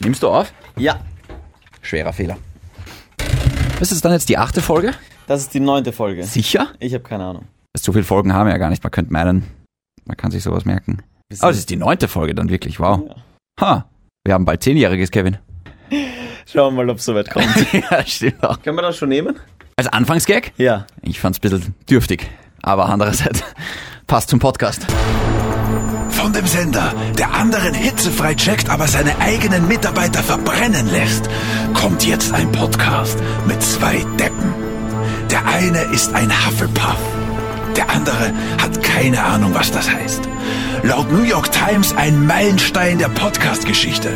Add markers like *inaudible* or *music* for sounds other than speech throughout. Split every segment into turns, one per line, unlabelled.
Nimmst du auf?
Ja,
Schwerer Fehler. Das ist dann jetzt die achte Folge?
das ist die neunte Folge.
Sicher?
Ich habe keine Ahnung.
So viele Folgen haben wir ja gar nicht. Man könnte meinen, man kann sich sowas merken. Aber es Oh, ist die neunte Folge dann wirklich, wow.
Ja.
Ha, wir haben bald zehnjähriges, Kevin.
Schauen wir mal, ob es soweit kommt.
*laughs* ja, stimmt auch.
Können wir das schon nehmen?
Als Anfangsgag?
Ja.
Ich fand's ein bisschen dürftig. Aber andererseits *laughs* passt zum Podcast.
Von dem Sender, der anderen hitzefrei checkt, aber seine eigenen Mitarbeiter verbrennen lässt, kommt jetzt ein Podcast mit zwei Deppen. Der eine ist ein Hufflepuff, der andere hat keine Ahnung, was das heißt. Laut New York Times ein Meilenstein der Podcast-Geschichte.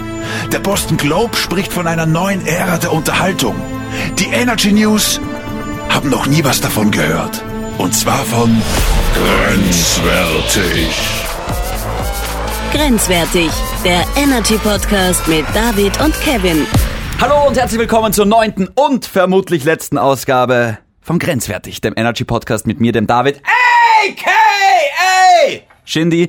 Der Boston Globe spricht von einer neuen Ära der Unterhaltung. Die Energy News haben noch nie was davon gehört. Und zwar von Grenzwertig.
Grenzwertig, der Energy Podcast mit David und Kevin.
Hallo und herzlich willkommen zur neunten und vermutlich letzten Ausgabe vom Grenzwertig, dem Energy Podcast mit mir, dem David, a.k.a. Shindy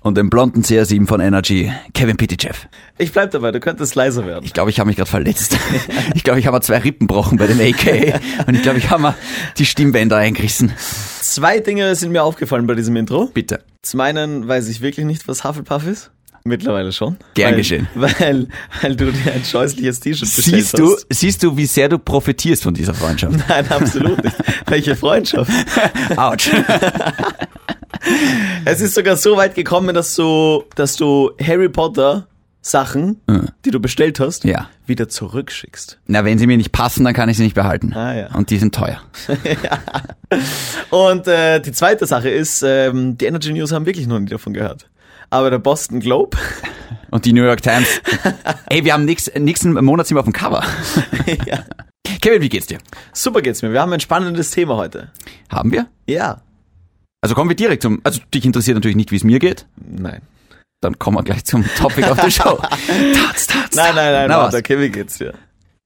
und dem blonden CR7 von Energy, Kevin Pitychev.
Ich bleib dabei, du könntest leiser werden.
Ich glaube, ich habe mich gerade
*laughs*
verletzt. Ich glaube, ich habe mir zwei Rippen gebrochen bei dem AK und ich glaube, ich habe mir die Stimmbänder eingerissen.
Zwei Dinge sind mir aufgefallen bei diesem Intro.
Bitte.
Zum einen weiß ich wirklich nicht, was Hufflepuff ist. Mittlerweile schon.
Gern
weil,
geschehen.
*laughs* Weil, weil du dir ein scheußliches T-Shirt bestellt
Siehst du,
hast.
siehst du, wie sehr du profitierst von dieser Freundschaft?
*laughs* Nein, absolut nicht. Welche Freundschaft.
Autsch.
Es ist sogar so weit gekommen, dass du, dass du Harry Potter Sachen, die du bestellt hast,
Ja.
wieder zurückschickst.
Na, wenn sie mir nicht passen, dann kann ich sie nicht behalten.
Ah, ja.
Und die sind teuer.
Und äh, die zweite Sache ist, ähm, die Energy News haben wirklich noch nie davon gehört. Aber der Boston Globe, *laughs*
Und die New York Times. Ey, wir haben nächst, nächsten Monat sind wir auf dem Cover.
*laughs* ja.
Kevin, wie geht's dir?
super geht's mir. Wir haben ein spannendes Thema heute.
Haben wir?
Ja.
Also kommen wir direkt zum. Also dich interessiert natürlich nicht, wie es mir geht.
Nein.
Dann kommen wir gleich zum Topic
*laughs*
of the Show. Tats, tats,
Nein, nein, nein,
Na,
warte,
was?
okay, wie geht's dir?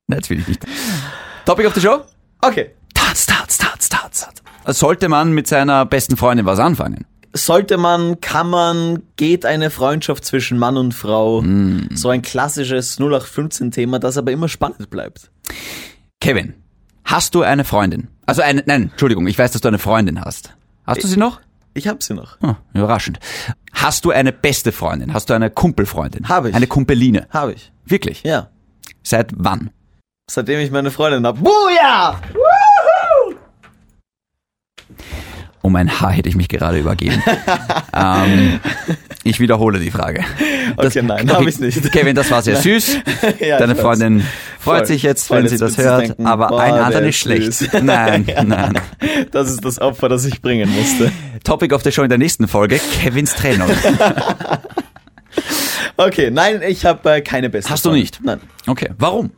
Nein, das will ich nicht. Topic of the Show?
Okay.
Tats, tats, tats, tats. tats. Also Sollte man mit seiner besten Freundin was anfangen?
Sollte man, kann man, geht eine Freundschaft zwischen Mann und Frau?
Hm.
So ein klassisches 0815-Thema, das aber immer spannend bleibt.
Kevin, hast du eine Freundin? Also eine, nein, Entschuldigung, ich weiß, dass du eine Freundin hast. Hast du sie noch?
Ich hab sie noch.
Hm, überraschend. Hast du eine beste Freundin? Hast du eine Kumpelfreundin?
Habe ich.
Eine Kumpeline?
Habe ich.
Wirklich?
Ja.
Seit wann?
Seitdem ich meine Freundin hab. Buja! *laughs*
Um ein Haar hätte ich mich gerade
*laughs*
übergeben. ähm, ich wiederhole die Frage.
Okay, nein, hab ich nicht.
Kevin, das war sehr süß.
Ja,
Deine
ich weiß.
Freundin freut
Voll.
sich jetzt,
Voll,
wenn sie
jetzt
das
wird sie
hört,
denken,
aber
boah,
ein
der
anderer
ist
ist schlecht.
süß.
Nein,
*laughs*
nein.
Das ist das Opfer, das ich bringen musste.
Topic of the Show in der nächsten Folge, Kevins Trennung.
Okay, nein, ich habe äh, keine beste
Hast du
Freundin.
nicht?
Nein,
Okay, warum?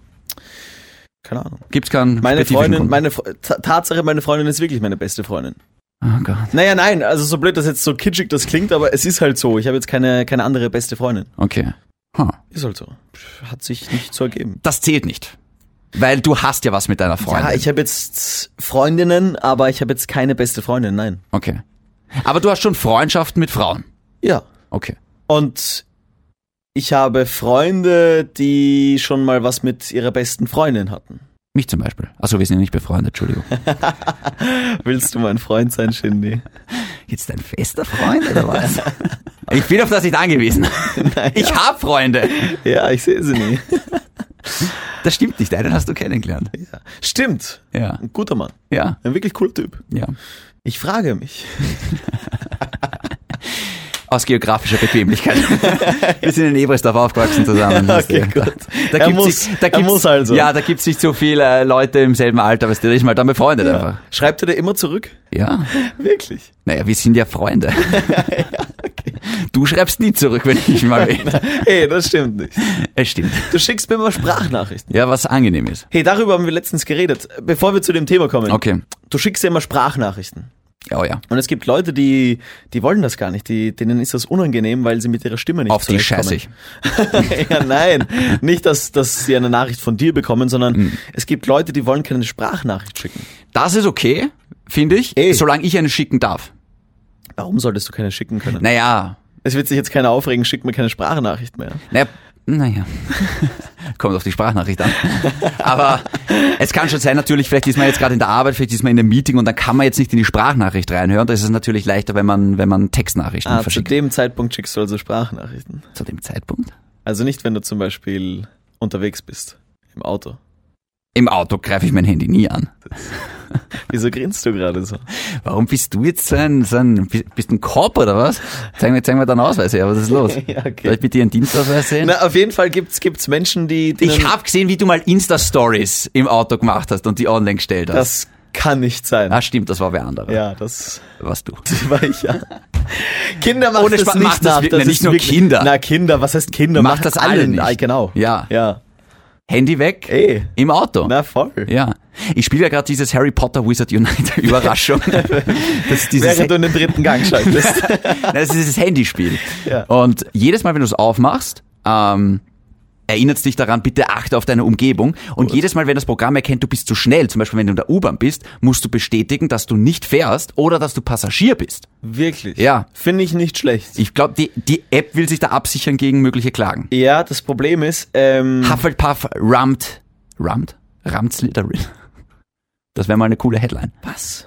keine Ahnung.
Gibt's keinen
Meine
spezifischen
Freundin,
Grund?
meine Fre Ta- Tatsache, meine Freundin ist wirklich meine beste Freundin.
Oh Gott.
Naja, nein, also so blöd das jetzt so kitschig das klingt, aber es ist halt so. Ich habe jetzt keine, keine andere beste Freundin.
Okay. Huh.
Ist halt so. Hat sich nicht so ergeben.
Das zählt nicht. Weil du hast ja was mit deiner Freundin.
Ja, ich habe jetzt Freundinnen, aber ich habe jetzt keine beste Freundin, nein.
okay. Aber du hast schon Freundschaften mit Frauen.
Ja.
Okay.
Und ich habe Freunde, die schon mal was mit ihrer besten Freundin hatten.
Mich zum Beispiel. Achso, wir sind ja nicht befreundet, Entschuldigung.
Willst du mein Freund sein, Shindy?
*laughs* Jetzt dein fester Freund oder was? *laughs* Ich bin auf das nicht *laughs* angewiesen. Ich hab Freunde.
Ja, ich sehe sie *laughs* nie.
Das stimmt nicht, einen hast du kennengelernt.
Ja. Stimmt.
Ja,
Ein guter Mann.
ja,
Ein wirklich cooler Typ.
ja.
Ich frage mich.
Aus geografischer *laughs* Bequemlichkeit. Wir sind in Ebersdorf aufgewachsen *laughs* zusammen.
Okay,
weißt du.
gut.
Da
Er
gibt's
muss-
nicht, da
er
gibt's,
muss also.
Ja, da gibt's nicht so viele äh, Leute im selben Alter, weißt du, da ist mal dann befreundet einfach.
Schreibt er dir
*laughs*
immer zurück?
Ja.
*laughs* Wirklich?
Naja, wir sind ja *laughs* Freunde. Du schreibst nie zurück, wenn ich *laughs* mal will.
Hey, das stimmt nicht.
Es stimmt.
Du schickst mir immer Sprachnachrichten.
Ja, was angenehm ist.
Hey, darüber haben wir letztens geredet, bevor wir zu dem Thema kommen.
Okay.
Du schickst ja immer Sprachnachrichten.
Ja, oh ja.
Und es gibt Leute, die, die wollen das gar nicht. Die, denen ist das unangenehm, weil sie mit ihrer Stimme nicht
Auf die scheiße ich.
zurechtkommen. *laughs*
*laughs*
ja, nein. Nicht, dass, dass sie eine Nachricht von dir bekommen, sondern
Mhm.
es gibt Leute, die wollen keine Sprachnachricht schicken.
Das ist okay, finde ich,
Eh.
solange ich eine schicken darf.
Warum solltest du keine schicken können?
Naja,
Es wird sich jetzt keiner aufregen, schick mir keine Sprachnachricht mehr.
naja
*laughs*
Naja, kommt auf die Sprachnachricht an. Aber es kann schon sein, natürlich, vielleicht ist man jetzt gerade in der Arbeit, vielleicht ist man in einem Meeting und dann kann man jetzt nicht in die Sprachnachricht reinhören. Da ist es natürlich leichter, wenn man, wenn man Textnachrichten
Ah, zu
verschickt.
dem Zeitpunkt schickst du also Sprachnachrichten.
Zu dem Zeitpunkt?
Also nicht, wenn du zum Beispiel unterwegs bist, im Auto.
Im Auto greife ich mein Handy nie an.
Wieso grinst du gerade so?
Warum bist du jetzt so ein, so ein bist du ein Korb oder was? Zeig mir, zeig mir deinen Ausweis her, was ist los?
*laughs* Ja, okay.
Soll ich bitte ihren Dienstausweis sehen?
Na, auf jeden Fall gibt's, gibt's Menschen, die... denen-
ich habe gesehen, wie du mal Insta-Stories im Auto gemacht hast und die online gestellt hast.
Das kann nicht sein.
Ah, stimmt, das war wer anderer.
Ja, das
Warst du.
war ich ja. Kinder machen
Ohne
das
Spaß,
nicht
macht das
nach.
wirklich- na,
ist
nicht nur
wirklich-
Kinder.
Na, Kinder, was heißt Kinder?
Macht das alle nicht.
Ah, Genau.
Ja.
Ja.
Handy weg,
Ey.
im Auto.
Na, voll.
Ja. Ich spiele ja gerade dieses Harry Potter Wizard Unite *laughs* Überraschung. Das ist dieses,
Während du in den dritten
*laughs*
Gang schaltest.
Nein, das ist dieses Handyspiel.
Ja.
Und jedes Mal, wenn du es aufmachst, ähm, erinnert's dich daran, bitte achte auf deine Umgebung. Und jedes Mal, wenn das Programm erkennt, du bist zu schnell, zum Beispiel wenn du in der U-Bahn bist, musst du bestätigen, dass du nicht fährst oder dass du Passagier bist.
Wirklich?
Ja.
Finde ich nicht schlecht.
Ich glaube, die, die App will sich da absichern gegen mögliche Klagen.
ja, das Problem ist, ähm,
Hufflepuff rammt, rammt, rammt Slytherin. Das wäre mal eine coole Headline.
was?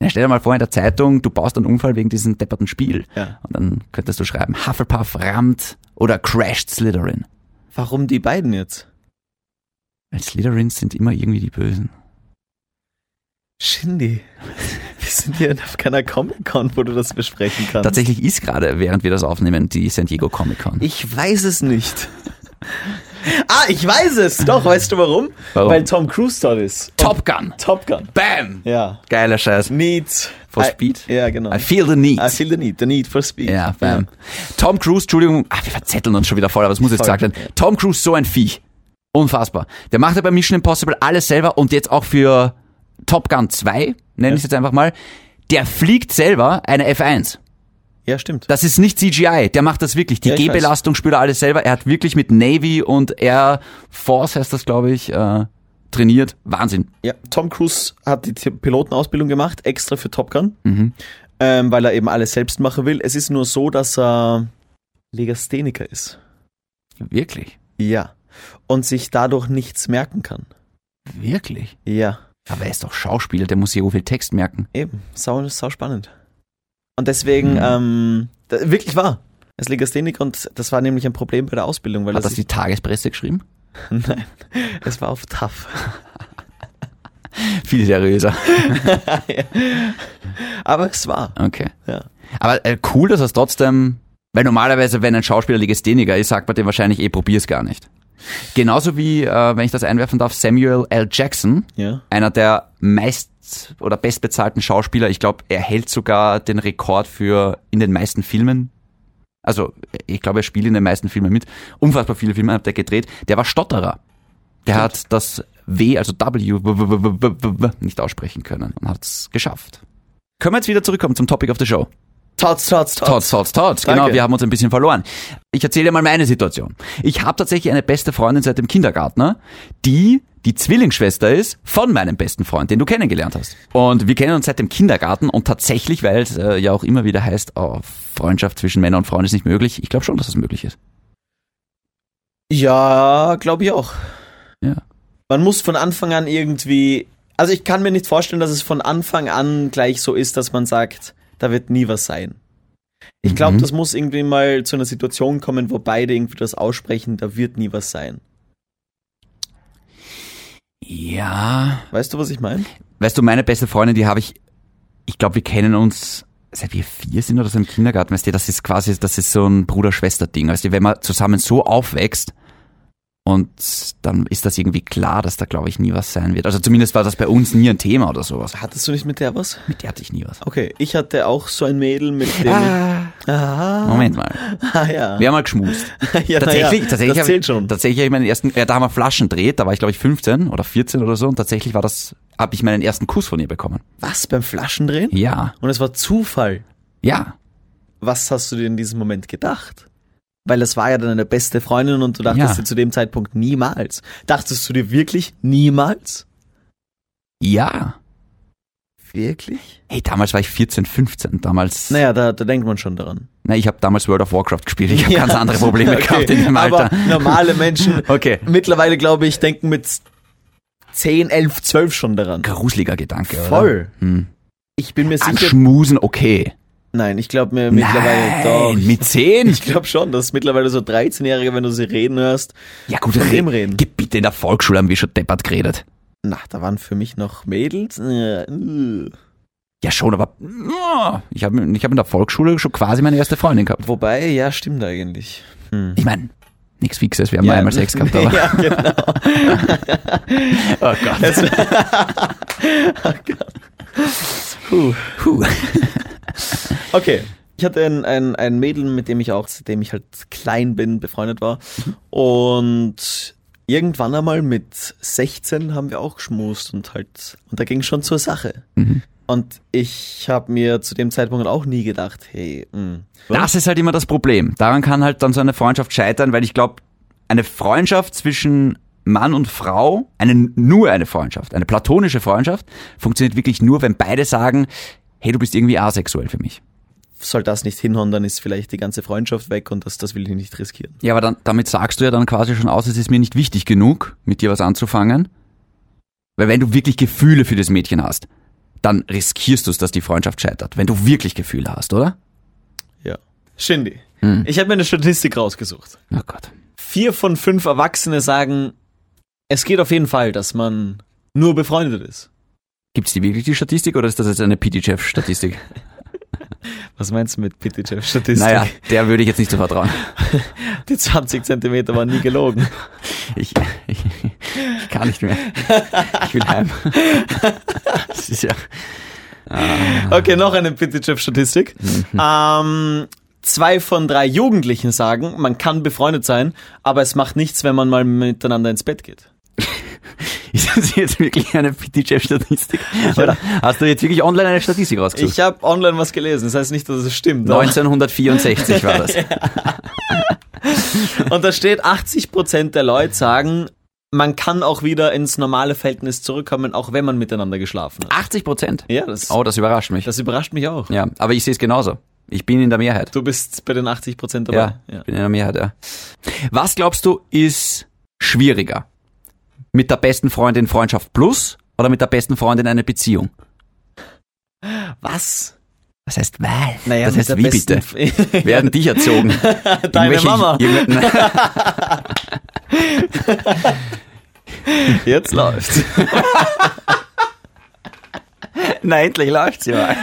Ja, stell dir mal vor, in der Zeitung, du baust einen Unfall wegen diesem depperten Spiel.
Ja.
Und dann könntest du schreiben, Hufflepuff rammt oder crashed Slytherin.
Warum die beiden jetzt?
Weil Slytherins sind immer irgendwie die Bösen.
Shindy. Wir sind hier auf keiner Comic-Con, wo du das besprechen kannst.
Tatsächlich ist gerade, während wir das aufnehmen, die San Diego Comic Con.
Ich weiß es nicht. *laughs* ah, ich weiß es. Doch, weißt du warum?
Warum?
Weil Tom Cruise dort ist.
Top Gun.
Und Top Gun.
Bam!
Ja.
Geiler Scheiß.
Needs.
For
I-
Speed?
Ja, genau.
I feel the need.
I feel the need. The need for speed.
ja, bam. Tom Cruise, Entschuldigung, ah, wir verzetteln uns schon wieder voll, aber das muss jetzt
Voll.
gesagt werden. Tom Cruise, so ein Viech. Unfassbar. Der macht ja bei Mission Impossible alles selber und jetzt auch für Top Gun 2, nenne ich es jetzt einfach mal. Der fliegt selber eine F1.
Ja, stimmt.
Das ist nicht CGI, der macht das wirklich. Die
Ja, ich
Gehbelastung spürt er alles selber. Er hat wirklich mit Navy und Air Force, heißt das glaube ich, äh, trainiert. Wahnsinn.
Ja, Tom Cruise hat die T- Pilotenausbildung gemacht, extra für Top Gun,
Mhm.
ähm, weil er eben alles selbst machen will. Es ist nur so, dass er Legastheniker ist.
Wirklich.
Ja. Und sich dadurch nichts merken kann.
Wirklich.
Ja,
Aber er ist doch Schauspieler, der muss sich so viel Text merken.
eben. Sau, sau spannend. Und deswegen, ähm, da, wirklich wahr. Er ist Legastheniker und das war nämlich ein Problem bei der Ausbildung, weil
Hat das
das
die Tagespresse geschrieben?
Nein, es war auf TAF. *laughs*
Viel seriöser.
Aber es war.
Okay.
Ja.
Aber äh, cool, dass er es trotzdem, weil normalerweise, wenn ein Schauspieler Legastheniker ist, sagt man dem wahrscheinlich, eh, probier's gar nicht. Genauso wie, äh, wenn ich das einwerfen darf, Samuel L. Jackson,
Ja.
einer der meist oder bestbezahlten Schauspieler. Ich glaube, er hält sogar den Rekord für in den meisten Filmen. Also, ich glaube, er spielt in den meisten Filmen mit. Unfassbar viele Filme hat er gedreht. Der war Stotterer. Der hat das W, also W, w, w, w, w, w nicht aussprechen können und hat es geschafft. Können wir jetzt wieder zurückkommen zum Topic of the Show?
Tots, tots, tots.
Tots, tots, tots.
Danke.
Genau, wir haben uns ein bisschen verloren. Ich erzähle dir mal meine Situation. Ich habe tatsächlich eine beste Freundin seit dem Kindergartner, die die Zwillingsschwester ist von meinem besten Freund, den du kennengelernt hast. Und wir kennen uns seit dem Kindergarten und tatsächlich, weil es äh, ja auch immer wieder heißt, oh, Freundschaft zwischen Männern und Frauen ist nicht möglich. Ich glaube schon, dass es möglich ist.
Ja, glaube ich auch.
Ja.
Man muss von Anfang an irgendwie. Also ich kann mir nicht vorstellen, dass es von Anfang an gleich so ist, dass man sagt, da wird nie was sein. Ich glaube,
Mhm.
das muss irgendwie mal zu einer Situation kommen, wo beide irgendwie das aussprechen, da wird nie was sein.
Ja.
Weißt du, was ich meine?
Weißt du, meine beste Freundin, die habe ich, ich glaube, wir kennen uns seit wir vier sind oder so im Kindergarten, weißt du, das ist quasi, das ist so ein Bruder-Schwester-Ding, weißt du, wenn man zusammen so aufwächst und dann ist das irgendwie klar, dass da, glaube ich, nie was sein wird. Also zumindest war das bei uns nie ein Thema oder sowas.
Hattest du nicht mit der was?
Mit der hatte ich nie was.
Okay, ich hatte auch so ein Mädel mit dem. Ah,
Moment mal,
ah ja.
wir haben mal geschmust.
*laughs* ja, na
tatsächlich, tatsächlich,
ja, das
habe ich,
zählt schon.
tatsächlich habe ich meinen ersten, ja, da haben wir Flaschen dreht, da war ich glaube ich 15 oder 14 oder so und tatsächlich war das, habe ich meinen ersten Kuss von ihr bekommen.
Was, beim Flaschendrehen?
Ja,
Und es war Zufall.
ja,
was hast du dir in diesem Moment gedacht? Weil das war ja deine beste Freundin und du dachtest
Ja.
dir zu dem Zeitpunkt niemals. Dachtest du dir wirklich niemals?
ja.
Wirklich?
Hey, damals war ich 14, 15. Damals,
Naja, da, da denkt man schon daran.
na, ich habe damals World of Warcraft gespielt.
*laughs*
Ich habe ganz andere Probleme
Okay,
gehabt in dem Alter.
Aber normale Menschen
*laughs* Okay.
mittlerweile, glaube ich, denken mit 10, 11, 12 schon daran.
Gruseliger Gedanke, oder?
Voll.
Hm.
Ich bin mir
An
sicher.
Schmusen okay.
Nein, ich glaube mir mittlerweile doch.
Nein, mit 10?
Ich glaube schon, dass mittlerweile so 13-Jährige, wenn du sie reden hörst,
Ja gut,
Von
re
dem reden.
reden. Gebiete in der Volksschule haben wir schon deppert geredet.
na, da waren für mich noch Mädels. Äh, äh.
Ja schon, aber oh, ich habe ich hab in der Volksschule schon quasi meine erste Freundin gehabt.
Wobei, ja, stimmt eigentlich.
Ich meine, nichts Fixes, wir haben
Mhm. ja,
mal einmal Sex gehabt, aber...
*laughs* ja, genau.
Oh Gott.
*laughs* Oh Puh.
Puh.
Okay. Ich hatte ein, ein, ein Mädel, mit dem ich auch, seitdem ich halt klein bin, befreundet war. Und irgendwann einmal mit 16 haben wir auch geschmust und halt, und da ging schon zur Sache.
Mhm.
Und ich habe mir zu dem Zeitpunkt auch nie gedacht, hey, hm, mh.
Das ist halt immer das Problem. Daran kann halt dann so eine Freundschaft scheitern, weil ich glaube, eine Freundschaft zwischen Mann und Frau, eine, nur eine Freundschaft, eine platonische Freundschaft, funktioniert wirklich nur, wenn beide sagen, hey, du bist irgendwie asexuell für mich.
soll das nicht hinhauen, dann ist vielleicht die ganze Freundschaft weg und das, das will ich nicht riskieren.
Ja, aber dann, damit sagst du ja dann quasi schon aus, es ist mir nicht wichtig genug, mit dir was anzufangen. Weil wenn du wirklich Gefühle für das Mädchen hast, dann riskierst du es, dass die Freundschaft scheitert. Wenn du wirklich Gefühle hast, oder?
Ja. Shindy, ich habe mir eine Statistik rausgesucht.
Oh Gott.
Vier von fünf Erwachsene sagen, es geht auf jeden Fall, dass man nur befreundet ist.
Gibt's die wirklich, die Statistik, oder ist das jetzt eine PDCF-Statistik?
Was meinst du mit bitte, Jeff, Statistik?
Naja, der würde ich jetzt nicht so vertrauen.
*laughs* Die 20 Zentimeter waren nie gelogen.
Ich, ich, ich kann nicht mehr. Ich will heim. Das ist ja.
Okay, noch eine bitte, Jeff, Statistik. ähm, zwei von drei Jugendlichen sagen, man kann befreundet sein, aber es macht nichts, wenn man mal miteinander ins Bett geht.
Ist das jetzt wirklich eine PDCF-Statistik? Oder hast du jetzt wirklich online eine Statistik rausgesucht?
Ich habe online was gelesen, das heißt nicht, dass es stimmt. aber-
1964 war
*laughs*
das.
Und da steht, 80% der Leute sagen, man kann auch wieder ins normale Verhältnis zurückkommen, auch wenn man miteinander geschlafen hat.
80 Prozent.
Ja, das,
Oh, das überrascht mich.
das überrascht mich auch.
Ja, aber ich sehe es genauso. Ich bin in der Mehrheit.
Du bist bei den 80% dabei.
Ja, ich bin in der Mehrheit, ja. Was glaubst du, ist schwieriger? Mit der besten Freundin Freundschaft plus oder mit der besten Freundin eine Beziehung?
Was?
Was heißt weil?
Naja,
das
mit
heißt
der
wie bitte?
*laughs* besten-
Werden dich erzogen?
*laughs* Deine
Irgendwelche- *laughs*
Mama. *laughs*
irgendwelche-
Jetzt läuft's.
Na, endlich läuft's ja.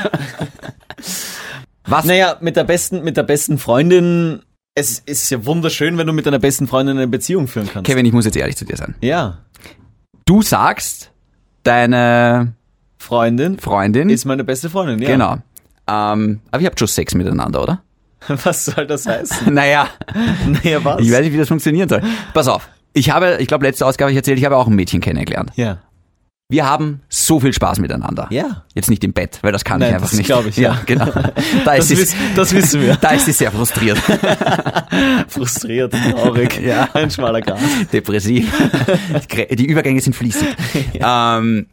Was?
Naja, mit der besten, mit der besten Freundin, es ist ja wunderschön, wenn du mit deiner besten Freundin eine Beziehung führen kannst.
Kevin, ich muss jetzt ehrlich zu dir sein.
Ja.
Du sagst, deine
Freundin
Freundin
ist meine beste Freundin, ja.
Genau. Ähm, aber ihr habt schon Sex miteinander, oder?
*laughs* Was soll das heißen?
Naja,
*laughs* Naja, was?
ich weiß nicht, wie das funktionieren soll. Pass auf. Ich habe, ich glaube, letzte Ausgabe habe ich erzählt, ich habe auch ein Mädchen kennengelernt.
ja.
Wir haben so viel Spaß miteinander.
Ja.
Jetzt nicht im Bett, weil das kann
Nein,
ich einfach
das
nicht. *laughs*
glaub ich, ja. *laughs*
genau. Da
Das,
ist sie,
wiss, das wissen wir.
*laughs* da ist sie sehr frustriert,
Frustriert, *laughs* traurig.
Ja.
Ein schmaler Gras.
*laughs* depressiv. Die Übergänge sind fließend. Ähm,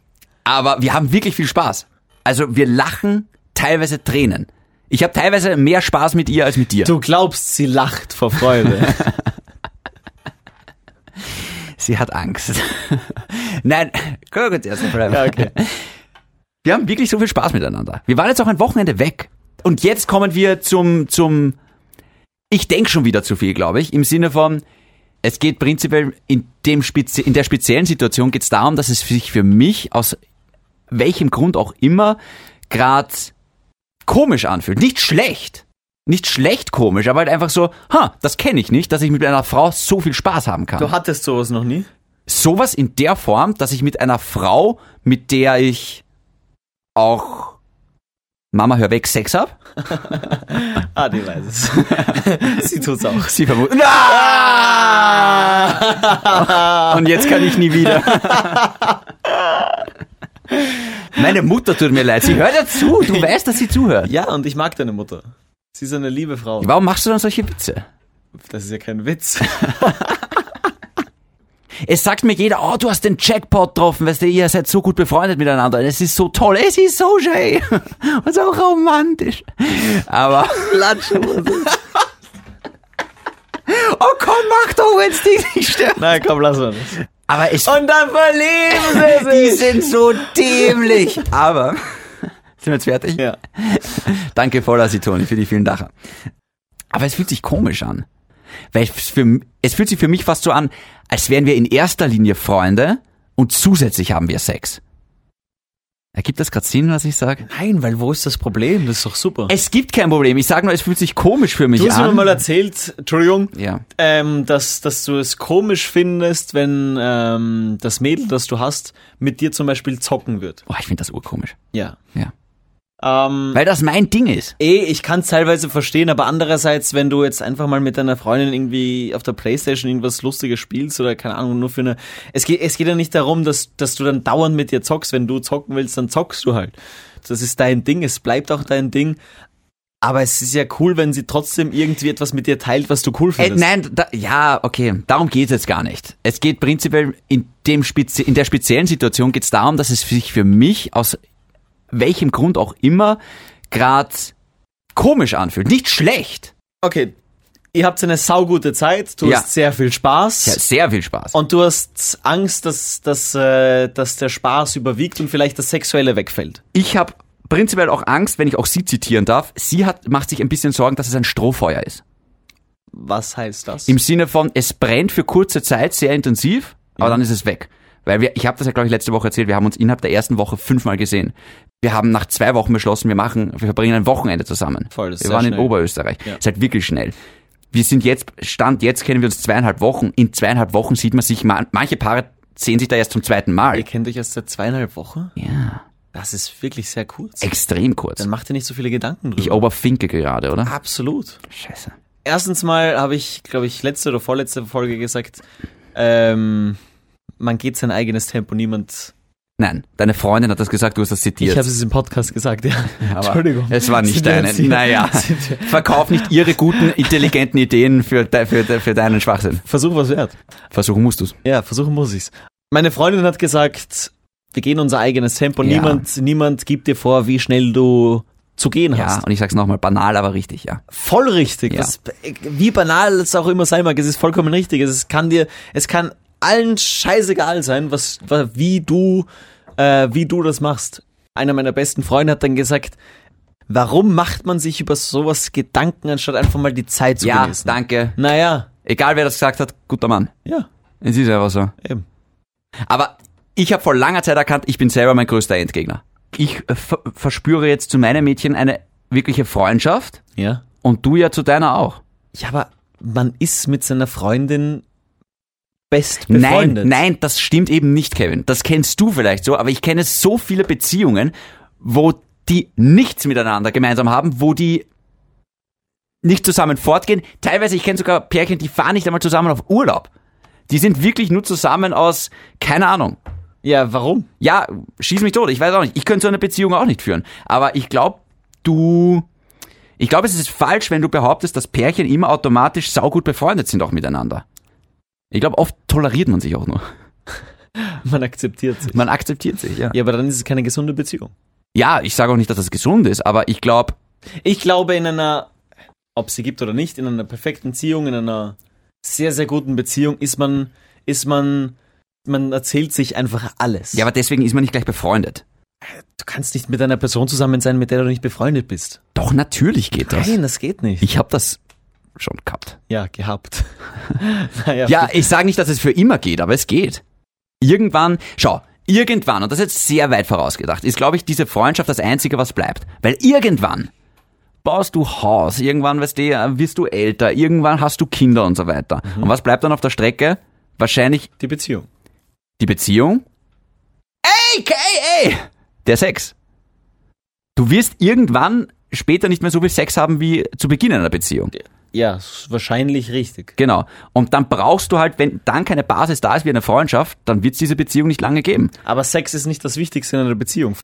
aber wir haben wirklich viel Spaß. Also wir lachen, teilweise Tränen. Ich habe teilweise mehr Spaß mit ihr als mit dir.
Du glaubst, sie lacht vor Freude.
Sie hat Angst. *laughs* Nein, können wir kurz erst bleiben.
Ja, okay.
Wir haben wirklich so viel Spaß miteinander. Wir waren jetzt auch ein Wochenende weg. Und jetzt kommen wir zum, zum, ich denk schon wieder zu viel, glaube ich, im Sinne von, es geht prinzipiell in dem Spezi in der speziellen Situation geht's darum, dass es sich für mich aus welchem Grund auch immer gerade komisch anfühlt. Nicht schlecht. Nicht schlecht komisch, aber halt einfach so, ha, das kenne ich nicht, dass ich mit einer Frau so viel Spaß haben kann
Du hattest sowas noch nie?
sowas in der Form, dass ich mit einer Frau, mit der ich auch Mama hör weg Sex hab?
Ah, die weiß *laughs* es. sie tut's auch.
Sie vermutet. *laughs* Und jetzt kann ich nie wieder. Meine Mutter tut mir leid. Sie hört ja zu. Du weißt, dass sie zuhört.
Ja, und ich mag deine Mutter. Sie ist eine liebe Frau. *laughs*
Warum machst du dann solche Witze?
Das ist ja kein Witz.
Es sagt mir jeder, oh, du hast den Jackpot getroffen, weißt du, ihr seid so gut befreundet miteinander. Es ist so toll, es ist so schön *laughs* und so romantisch. Aber, *laughs* oh komm, mach doch jetzt die nicht sterben.
Nein, komm, lass mal das.
Aber es
Und dann verlieben
Die sind so dämlich. Aber, *laughs* sind wir jetzt fertig?
Ja.
Danke, Vollassi, Toni, für die vielen Dacher. Aber es fühlt sich komisch an. Weil es, für, es fühlt sich für mich fast so an, als wären wir in erster Linie Freunde und zusätzlich haben wir Sex. Ergibt das gerade Sinn, was ich sage?
Nein, weil wo ist das Problem? Das ist doch super.
Es gibt kein Problem. Ich sage nur, es fühlt sich komisch für mich
Du hast mir
an.
mal erzählt, Entschuldigung,
Ja.
ähm, dass, dass du es komisch findest, wenn ähm, das Mädel, das du hast, mit dir zum Beispiel zocken wird.
oh, ich finde das urkomisch.
Ja.
Ja.
Ähm,
Weil das mein Ding ist.
eh, ich kann es teilweise verstehen, aber andererseits, wenn du jetzt einfach mal mit deiner Freundin irgendwie auf der Playstation irgendwas Lustiges spielst oder keine Ahnung, nur für eine... Es geht, es geht ja nicht darum, dass, dass du dann dauernd mit dir zockst. Wenn du zocken willst, dann zockst du halt. Das ist dein Ding, es bleibt auch dein Ding. Aber es ist ja cool, wenn sie trotzdem irgendwie etwas mit dir teilt, was du cool
Äh,
findest.
nein, da, ja, okay, darum geht es jetzt gar nicht. Es geht prinzipiell in, dem Spezi in der speziellen Situation geht es darum, dass es sich für mich aus welchem Grund auch immer gerade komisch anfühlt. Nicht schlecht.
okay, ihr habt eine saugute Zeit, du
Ja.
hast sehr viel Spaß.
Ja, sehr viel Spaß.
Und du hast Angst, dass, dass, äh, dass der Spaß überwiegt und vielleicht das Sexuelle wegfällt.
ich habe prinzipiell auch Angst, wenn ich auch sie zitieren darf. Sie hat, macht sich ein bisschen Sorgen, dass es ein Strohfeuer ist.
Was heißt das?
Im Sinne von, es brennt für kurze Zeit sehr intensiv, aber dann ist es weg. Weil wir, ich habe das ja, glaube ich, letzte Woche erzählt, wir haben uns innerhalb der ersten Woche fünfmal gesehen. Wir haben nach zwei Wochen beschlossen, wir machen, wir verbringen ein Wochenende zusammen.
Voll, das ist
wir
sehr
waren in
schnell.
Oberösterreich.
Ja.
Ist halt wirklich schnell. Wir sind jetzt, Stand jetzt kennen wir uns zweieinhalb Wochen. In zweieinhalb Wochen sieht man sich, man- manche Paare sehen sich da erst zum zweiten
ihr
Mal.
kennt euch erst seit zweieinhalb Wochen?
Ja.
Das ist wirklich sehr kurz.
Extrem kurz.
Dann Ah, macht ihr nicht so viele Gedanken drüber.
Ich overfinke gerade, oder?
Absolut.
Scheiße.
Erstens mal habe ich, glaube ich, letzte oder vorletzte Folge gesagt, ähm, man geht sein eigenes Tempo, niemand.
Nein, deine Freundin hat das gesagt, du hast das zitiert.
Ich habe es im Podcast gesagt, ja.
*laughs* Aber
Entschuldigung.
Es war nicht
Sind wir
deine.
jetzt
*laughs*
hier-
Naja,
*laughs* sind wir-
verkauf nicht ihre guten, intelligenten Ideen für, de, für, de, für deinen Schwachsinn.
Versuch was wert.
Versuchen musst du's.
Ja, versuchen muss ich's. Meine Freundin hat gesagt, wir gehen unser eigenes Tempo.
Ja.
Niemand, niemand gibt dir vor, wie schnell du zu gehen
Ja,
hast.
und ich sag's nochmal, banal, aber richtig, ja.
Voll richtig.
Ja.
Das, wie banal es auch immer sein mag, es ist vollkommen richtig. Es kann dir, es kann allen scheißegal sein, was, wa- wie du, äh, wie du das machst. Einer meiner besten Freunde hat dann gesagt, warum macht man sich über sowas Gedanken, anstatt einfach mal die Zeit zu
Ja,
genießen?
danke.
Naja,
Egal wer das gesagt hat, guter Mann.
ja,
Es ist einfach so.
eben.
Aber ich habe vor langer Zeit erkannt, ich bin selber mein größter Endgegner. Ich äh, ver verspüre jetzt zu meinem Mädchen eine wirkliche Freundschaft
Ja.
und du ja zu deiner auch.
Ja, aber man ist mit seiner Freundin best
Nein,
befreundet.
nein, das stimmt eben nicht, Kevin. Das kennst du vielleicht so, aber ich kenne so viele Beziehungen, wo die nichts miteinander gemeinsam haben, wo die nicht zusammen fortgehen. Teilweise, ich kenne sogar Pärchen, die fahren nicht einmal zusammen auf Urlaub. Die sind wirklich nur zusammen aus, keine Ahnung.
Ja, warum?
Ja, schieß mich tot, ich weiß auch nicht. Ich könnte so eine Beziehung auch nicht führen. Aber ich glaube, du. Ich glaube, es ist falsch, wenn du behauptest, dass Pärchen immer automatisch saugut befreundet sind auch miteinander. Ich glaube, oft toleriert man sich auch nur.
Man akzeptiert sich.
Man akzeptiert sich, ja.
Ja, aber dann ist es keine gesunde Beziehung.
Ja, ich sage auch nicht, dass das gesund ist, aber ich glaube,
Ich glaube, in einer, ob sie gibt oder nicht, in einer perfekten Beziehung, in einer sehr, sehr guten Beziehung ist man, ist man, man erzählt sich einfach alles.
ja, aber deswegen ist man nicht gleich befreundet.
du kannst nicht mit einer Person zusammen sein, mit der du nicht befreundet bist.
Doch, natürlich geht das.
Nein, das geht nicht.
Ich habe das schon gehabt.
Ja, gehabt. *laughs* naja,
Ja, ich sage nicht, dass es für immer geht, aber es geht. Irgendwann, schau, irgendwann, und das ist jetzt sehr weit vorausgedacht, ist, glaube ich, diese Freundschaft das Einzige, was bleibt. Weil irgendwann baust du Haus, irgendwann weißt du, wirst du älter, irgendwann hast du Kinder und so weiter. Und was bleibt dann auf der Strecke? Wahrscheinlich
die Beziehung.
die Beziehung. AKA der Sex. Du wirst irgendwann später nicht mehr so viel Sex haben wie zu Beginn einer Beziehung.
Ja, ist wahrscheinlich richtig.
Genau. Und dann brauchst du halt, wenn dann keine Basis da ist wie eine Freundschaft, dann wird es diese Beziehung nicht lange geben.
Aber Sex ist nicht das Wichtigste in einer Beziehung.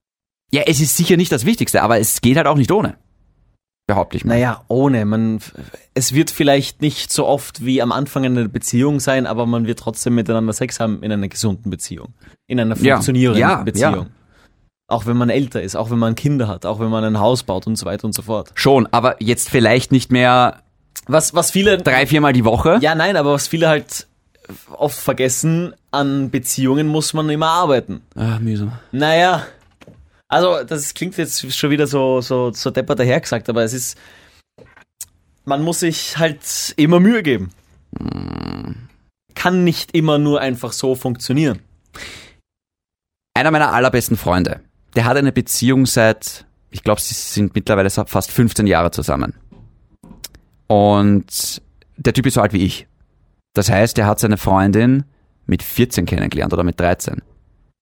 Ja, es ist sicher nicht das Wichtigste, aber es geht halt auch nicht ohne. behaupte ich mal.
Naja, ohne. Man, es wird vielleicht nicht so oft wie am Anfang einer Beziehung sein, aber man wird trotzdem miteinander Sex haben in einer gesunden Beziehung. In einer
Ja.
funktionierenden
Ja,
Beziehung.
ja.
Auch wenn man älter ist, auch wenn man Kinder hat, auch wenn man ein Haus baut und so weiter und so fort.
Schon, aber jetzt vielleicht nicht mehr
Was, was viele.
drei, viermal die Woche.
Ja, nein, aber was viele halt oft vergessen, an Beziehungen muss man immer arbeiten.
Ah, mühsam.
Naja, also das klingt jetzt schon wieder so, so, so depper dahergesagt, aber es ist, man muss sich halt immer Mühe geben. Kann nicht immer nur einfach so funktionieren.
Einer meiner allerbesten Freunde, der hat eine Beziehung seit, ich glaube, sie sind mittlerweile sa- fast 15 Jahre zusammen. Und der Typ ist so alt wie ich. Das heißt, er hat seine Freundin mit 14 kennengelernt oder mit 13.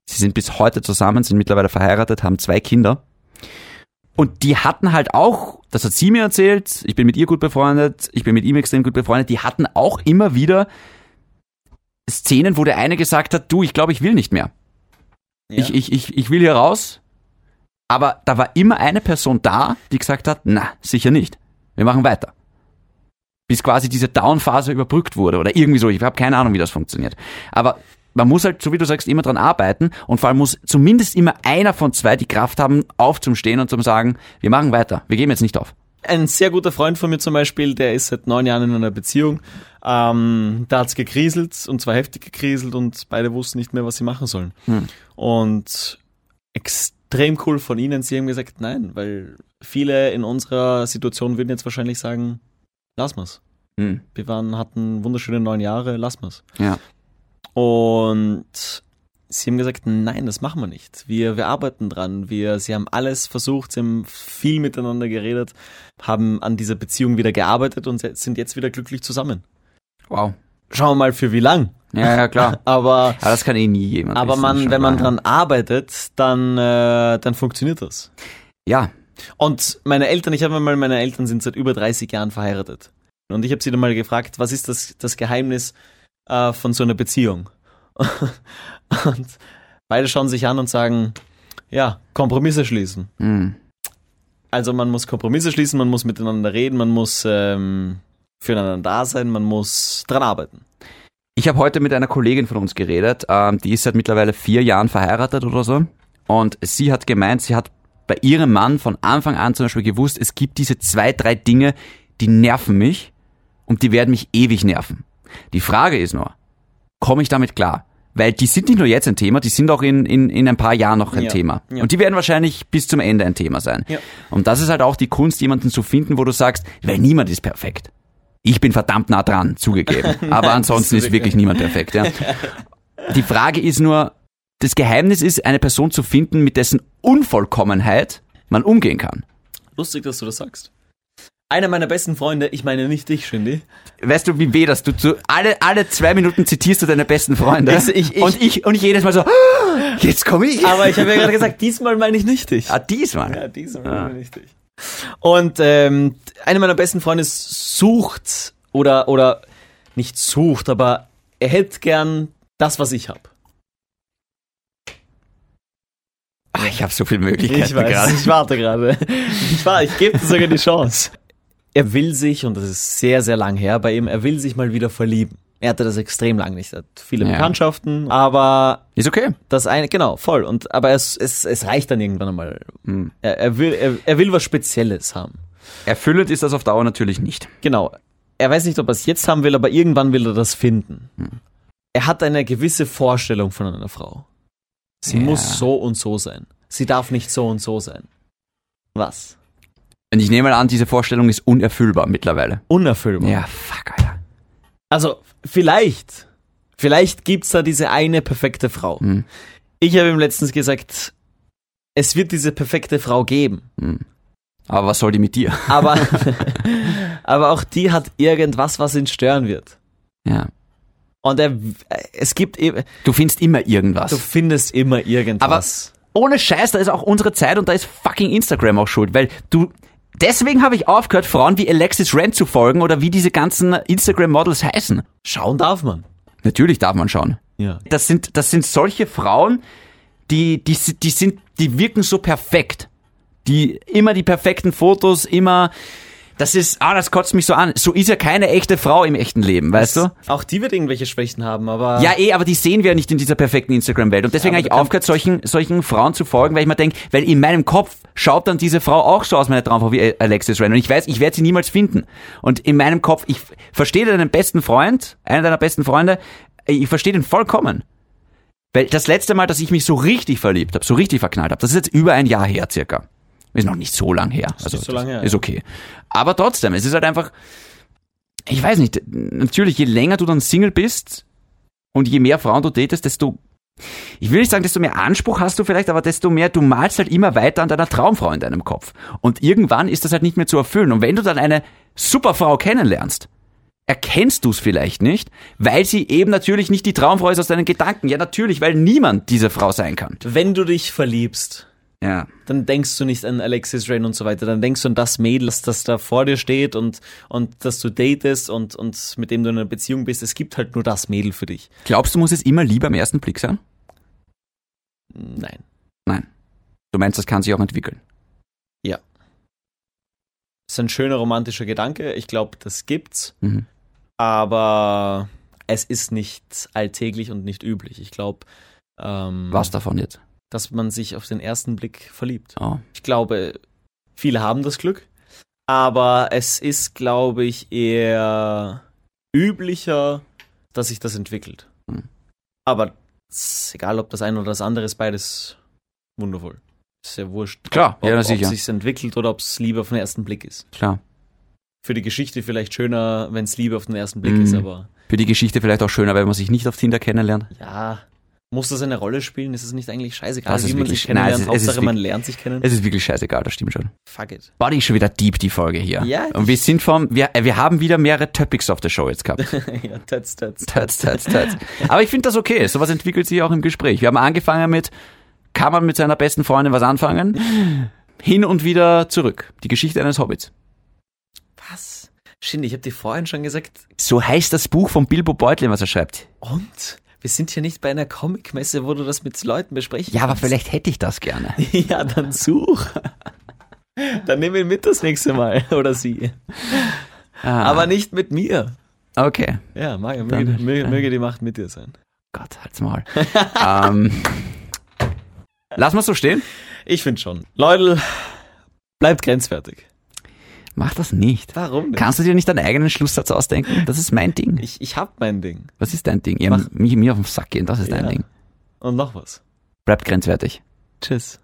Sie sind bis heute zusammen, sind mittlerweile verheiratet, haben zwei Kinder. Und die hatten halt auch, das hat sie mir erzählt, ich bin mit ihr gut befreundet, ich bin mit ihm extrem gut befreundet, die hatten auch immer wieder Szenen, wo der eine gesagt hat, du, ich glaube, ich will nicht mehr. Ich, ich, ich, ich will hier raus. Aber da war immer eine Person da, die gesagt hat, na, sicher nicht. Wir machen weiter. Bis quasi diese Down-Phase überbrückt wurde oder irgendwie so. Ich habe keine Ahnung, wie das funktioniert. Aber man muss halt, so wie du sagst, immer dran arbeiten und vor allem muss zumindest immer einer von zwei die Kraft haben, aufzustehen und zu sagen, wir machen weiter, wir geben jetzt nicht auf.
Ein sehr guter Freund von mir zum Beispiel, der ist seit neun Jahren in einer Beziehung. Ähm, da hat's gekriselt und zwar heftig gekriselt und beide wussten nicht mehr, was sie machen sollen. Und extrem cool von ihnen, sie haben gesagt, nein, weil viele in unserer Situation würden jetzt wahrscheinlich sagen, lass mal's.
Hm.
Wir waren, hatten wunderschöne neun Jahre, lass mal's.
Ja.
Und sie haben gesagt, nein, das machen wir nicht. Wir, wir arbeiten dran. Wir, sie haben alles versucht, sie haben viel miteinander geredet, haben an dieser Beziehung wieder gearbeitet und se- sind jetzt wieder glücklich zusammen.
Wow.
Schauen wir mal für wie lang.
Ja, ja,
*laughs*
klar.
Aber,
Aber das kann eh nie jemand.
aber
wissen, ist
man,
schon
wenn man
klar.
dran arbeitet, dann, äh, dann funktioniert das.
Ja,
Und meine Eltern, ich habe mal, meine Eltern sind seit über 30 Jahren verheiratet. Und ich habe sie dann mal gefragt, was ist das, das Geheimnis äh, von so einer Beziehung? *laughs* Und beide schauen sich an und sagen, ja, Kompromisse schließen.
hm.
Also man muss Kompromisse schließen, man muss miteinander reden, man muss ähm, füreinander da sein, man muss dran arbeiten.
Ich habe heute mit einer Kollegin von uns geredet, ähm, die ist seit mittlerweile vier Jahren verheiratet oder so. Und sie hat gemeint, sie hat bei ihrem Mann von Anfang an zum Beispiel gewusst, es gibt diese zwei, drei Dinge, die nerven mich und die werden mich ewig nerven. Die Frage ist nur, komme ich damit klar? Weil die sind nicht nur jetzt ein Thema, die sind auch in, in, in ein paar Jahren noch ein
Ja,
Thema.
ja.
Und die werden wahrscheinlich bis zum Ende ein Thema sein.
Ja.
Und das ist halt auch die Kunst, jemanden zu finden, wo du sagst, weil niemand ist perfekt. Ich bin verdammt nah dran, zugegeben.
*laughs*
Aber ansonsten
das ist
ist wirklich niemand perfekt. Ja. Die Frage ist nur, das Geheimnis ist, eine Person zu finden, mit dessen Unvollkommenheit man umgehen kann.
Lustig, dass du das sagst. Einer meiner besten Freunde, ich meine nicht dich,
*laughs*
Shindy,
Weißt du, wie weh das? Du zu, alle, alle zwei Minuten zitierst du deine besten Freunde.
Ich- ich- ich-
und ich, und ich jedes Mal so, "Ah, jetzt komme ich.
aber ich habe ja gerade gesagt, diesmal meine ich nicht dich.
ah, diesmal.
Ja, diesmal
Ah.
bin ich dich. Und ähm, einer meiner besten Freunde sucht oder oder nicht sucht, aber er hätte gern das, was ich habe.
Ah, ich habe so viele Möglichkeiten gerade.
ich warte gerade. Ich war, ich gebe dir sogar die Chance. Er will sich, und das ist sehr, sehr lang her bei ihm, er will sich mal wieder verlieben. Er hatte das extrem lang nicht. Er hat viele
Ja.
Bekanntschaften, aber
Ist okay.
das eine, genau, voll. Und, aber es, es, es reicht dann irgendwann einmal.
Mhm.
Er, er, will, er, er will was Spezielles haben.
Erfüllend ist das auf Dauer natürlich nicht.
Genau. Er weiß nicht, ob er es jetzt haben will, aber irgendwann will er das finden.
Hm.
Er hat eine gewisse Vorstellung von einer Frau. Sie
Ja.
muss so und so sein. Sie darf nicht so und so sein. Was?
Und ich nehme mal an, diese Vorstellung ist unerfüllbar mittlerweile.
Unerfüllbar.
Ja, fuck, Alter.
Also, vielleicht. Vielleicht gibt's da diese eine perfekte Frau.
Mhm.
Ich habe ihm letztens gesagt, es wird diese perfekte Frau geben.
Aber was soll die mit dir? *laughs*
Aber, *laughs* aber auch die hat irgendwas, was ihn stören wird.
Ja.
Und er, es gibt eben,
Du findest immer irgendwas.
du findest immer
Aber
irgendwas.
ohne Scheiß, da ist auch unsere Zeit und da ist fucking Instagram auch schuld, weil du deswegen habe ich aufgehört, Frauen wie Alexis Rand zu folgen oder wie diese ganzen Instagram Models heißen.
Schauen darf man.
Natürlich darf man schauen.
Ja.
Das sind das sind solche Frauen, die die si- die sind die wirken so perfekt. Die immer die perfekten Fotos, immer. Das ist, ah, das kotzt mich so an. So ist ja keine echte Frau im echten Leben, weißt du?
Auch die wird irgendwelche Schwächen haben, aber.
Ja, eh, aber die sehen wir ja nicht in dieser perfekten Instagram-Welt. Und deswegen
Ja,
habe
aber
ich aufgehört, solchen, solchen Frauen zu folgen, weil ich mir denke, weil in meinem Kopf schaut dann diese Frau auch so aus meiner Traumfrau wie Alexis Ren. Und ich weiß, ich werde sie niemals finden. Und in meinem Kopf, ich verstehe deinen besten Freund, einer deiner besten Freunde, ich verstehe den vollkommen. Weil das letzte Mal, dass ich mich so richtig verliebt habe, so richtig verknallt habe, das ist jetzt über ein Jahr her circa. Ist noch nicht so lang her. Also
nicht so lang her,
ist
ja.
okay. Aber trotzdem, es ist halt einfach, ich weiß nicht, natürlich, je länger du dann Single bist und je mehr Frauen du datest, desto, ich will nicht sagen, desto mehr Anspruch hast du vielleicht, aber desto mehr, du malst halt immer weiter an deiner Traumfrau in deinem Kopf. Und irgendwann ist das halt nicht mehr zu erfüllen. Und wenn du dann eine Superfrau kennenlernst, erkennst du es vielleicht nicht, weil sie eben natürlich nicht die Traumfrau ist aus deinen Gedanken. Ja, natürlich, weil niemand diese Frau sein kann.
Wenn du dich verliebst,
Ja.
dann denkst du nicht an Alexis Rain und so weiter. Dann denkst du an das Mädel, das- das da vor dir steht und, und das du datest und, und mit dem du in einer Beziehung bist. Es gibt halt nur das Mädel für dich.
Glaubst du, muss es immer lieber am ersten Blick sein?
Nein.
Nein. Du meinst, das kann sich auch entwickeln.
Das ist ein schöner romantischer Gedanke. Ich glaube, das gibt's.
Mhm.
Aber es ist nicht alltäglich und nicht üblich. Ich glaube, ähm,
Was davon jetzt?
dass man sich auf den ersten Blick verliebt.
Oh.
Ich glaube, viele haben das Glück. Aber es ist, glaube ich, eher üblicher, dass sich das entwickelt.
Hm.
Aber es ist egal, ob das eine oder das andere ist, beides wundervoll. Ist ja wurscht,
Klar,
ob,
ja, na
ob
sicher.
sich's entwickelt oder ob es lieber auf den ersten Blick ist.
Klar.
Für die Geschichte vielleicht schöner, wenn es Liebe auf den ersten Blick
Mhm.
ist, aber
Für die Geschichte vielleicht auch schöner, weil man sich nicht auf Tinder kennenlernt.
ja, muss das eine Rolle spielen? Ist es nicht eigentlich scheißegal,
Das ist
wie man
wirklich-
sich kennenlernt?
Nein, es ist- es ist
Hauptsache, man lernt sich kennen.
Es ist wirklich scheißegal, das stimmt schon.
Fuck it. *laughs*
Boah, die ist schon wieder deep, die Folge hier.
Ja.
Und wir sind vom, wir, äh, wir haben wieder mehrere Topics auf der Show jetzt gehabt. *laughs*
ja, that's, that's.
Tats, tats, tats. Aber ich finde das okay. Sowas entwickelt sich auch im Gespräch. Wir haben angefangen mit, kann man mit seiner besten Freundin was anfangen? Hin und wieder zurück. Die Geschichte eines Hobbits.
Was? Stimmt, ich habe dir vorhin schon gesagt,
So heißt das Buch von Bilbo Beutlin, was er schreibt.
und? Wir sind hier nicht bei einer Comicmesse, wo du das mit Leuten besprechen
Ja, aber
kannst.
vielleicht hätte ich das gerne.
*laughs* Ja, dann such. Dann nehmen wir ihn mit das nächste Mal, *laughs* oder sie.
Ah,
Aber nicht mit mir.
okay.
Ja, Maja,
Dann-
möge, möge, möge die Macht mit dir sein.
Gott, halt's mal. *laughs* ähm, lass mal so stehen.
Ich finde schon. Leute, bleibt grenzwertig.
Mach das nicht.
Warum nicht?
Kannst du dir nicht deinen eigenen Schlusssatz ausdenken? Das ist mein Ding.
Ich, ich hab mein Ding.
Was ist dein Ding? Ja,
Mach-
mich mir auf den Sack gehen, das ist dein
Ja.
Ding.
Und noch was.
Bleibt grenzwertig.
Tschüss.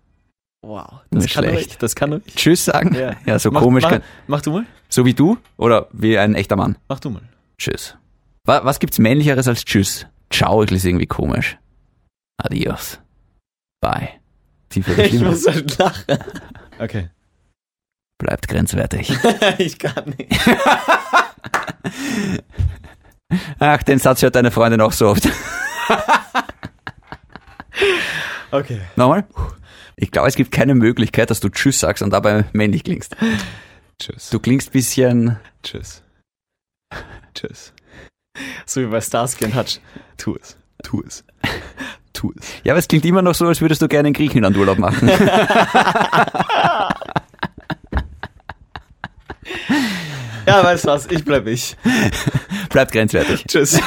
Wow. Das
Nicht
kann nur
schlecht.
ich. Das kann nur
*laughs*
ich.
Tschüss sagen. Ja,
Ja.
so
Mach-
komisch.
Mach,
kann-
mach du mal.
So wie du oder wie ein echter Mann.
Mach du mal.
Tschüss. Was, was gibt's männlicheres als Tschüss? Ciao klingt irgendwie komisch. Adios. Bye. Tiefer
Ich muss halt lachen. *laughs* Okay.
Bleibt grenzwertig.
*laughs* ich kann nicht.
Ach, den Satz hört deine Freundin auch so oft. *laughs*
Okay.
Nochmal. Ich glaube, es gibt keine Möglichkeit, dass du Tschüss sagst und dabei männlich klingst.
Tschüss.
Du klingst bisschen
Tschüss. Tschüss. So wie bei Starsky und Hutch. Tu es. Tu es. Tu es.
Ja, aber es klingt immer noch so, als würdest du gerne in Griechenland Urlaub machen.
*laughs* Ja, weißt du was? Ich bleib ich.
Bleibt grenzwertig.
*laughs* Tschüss.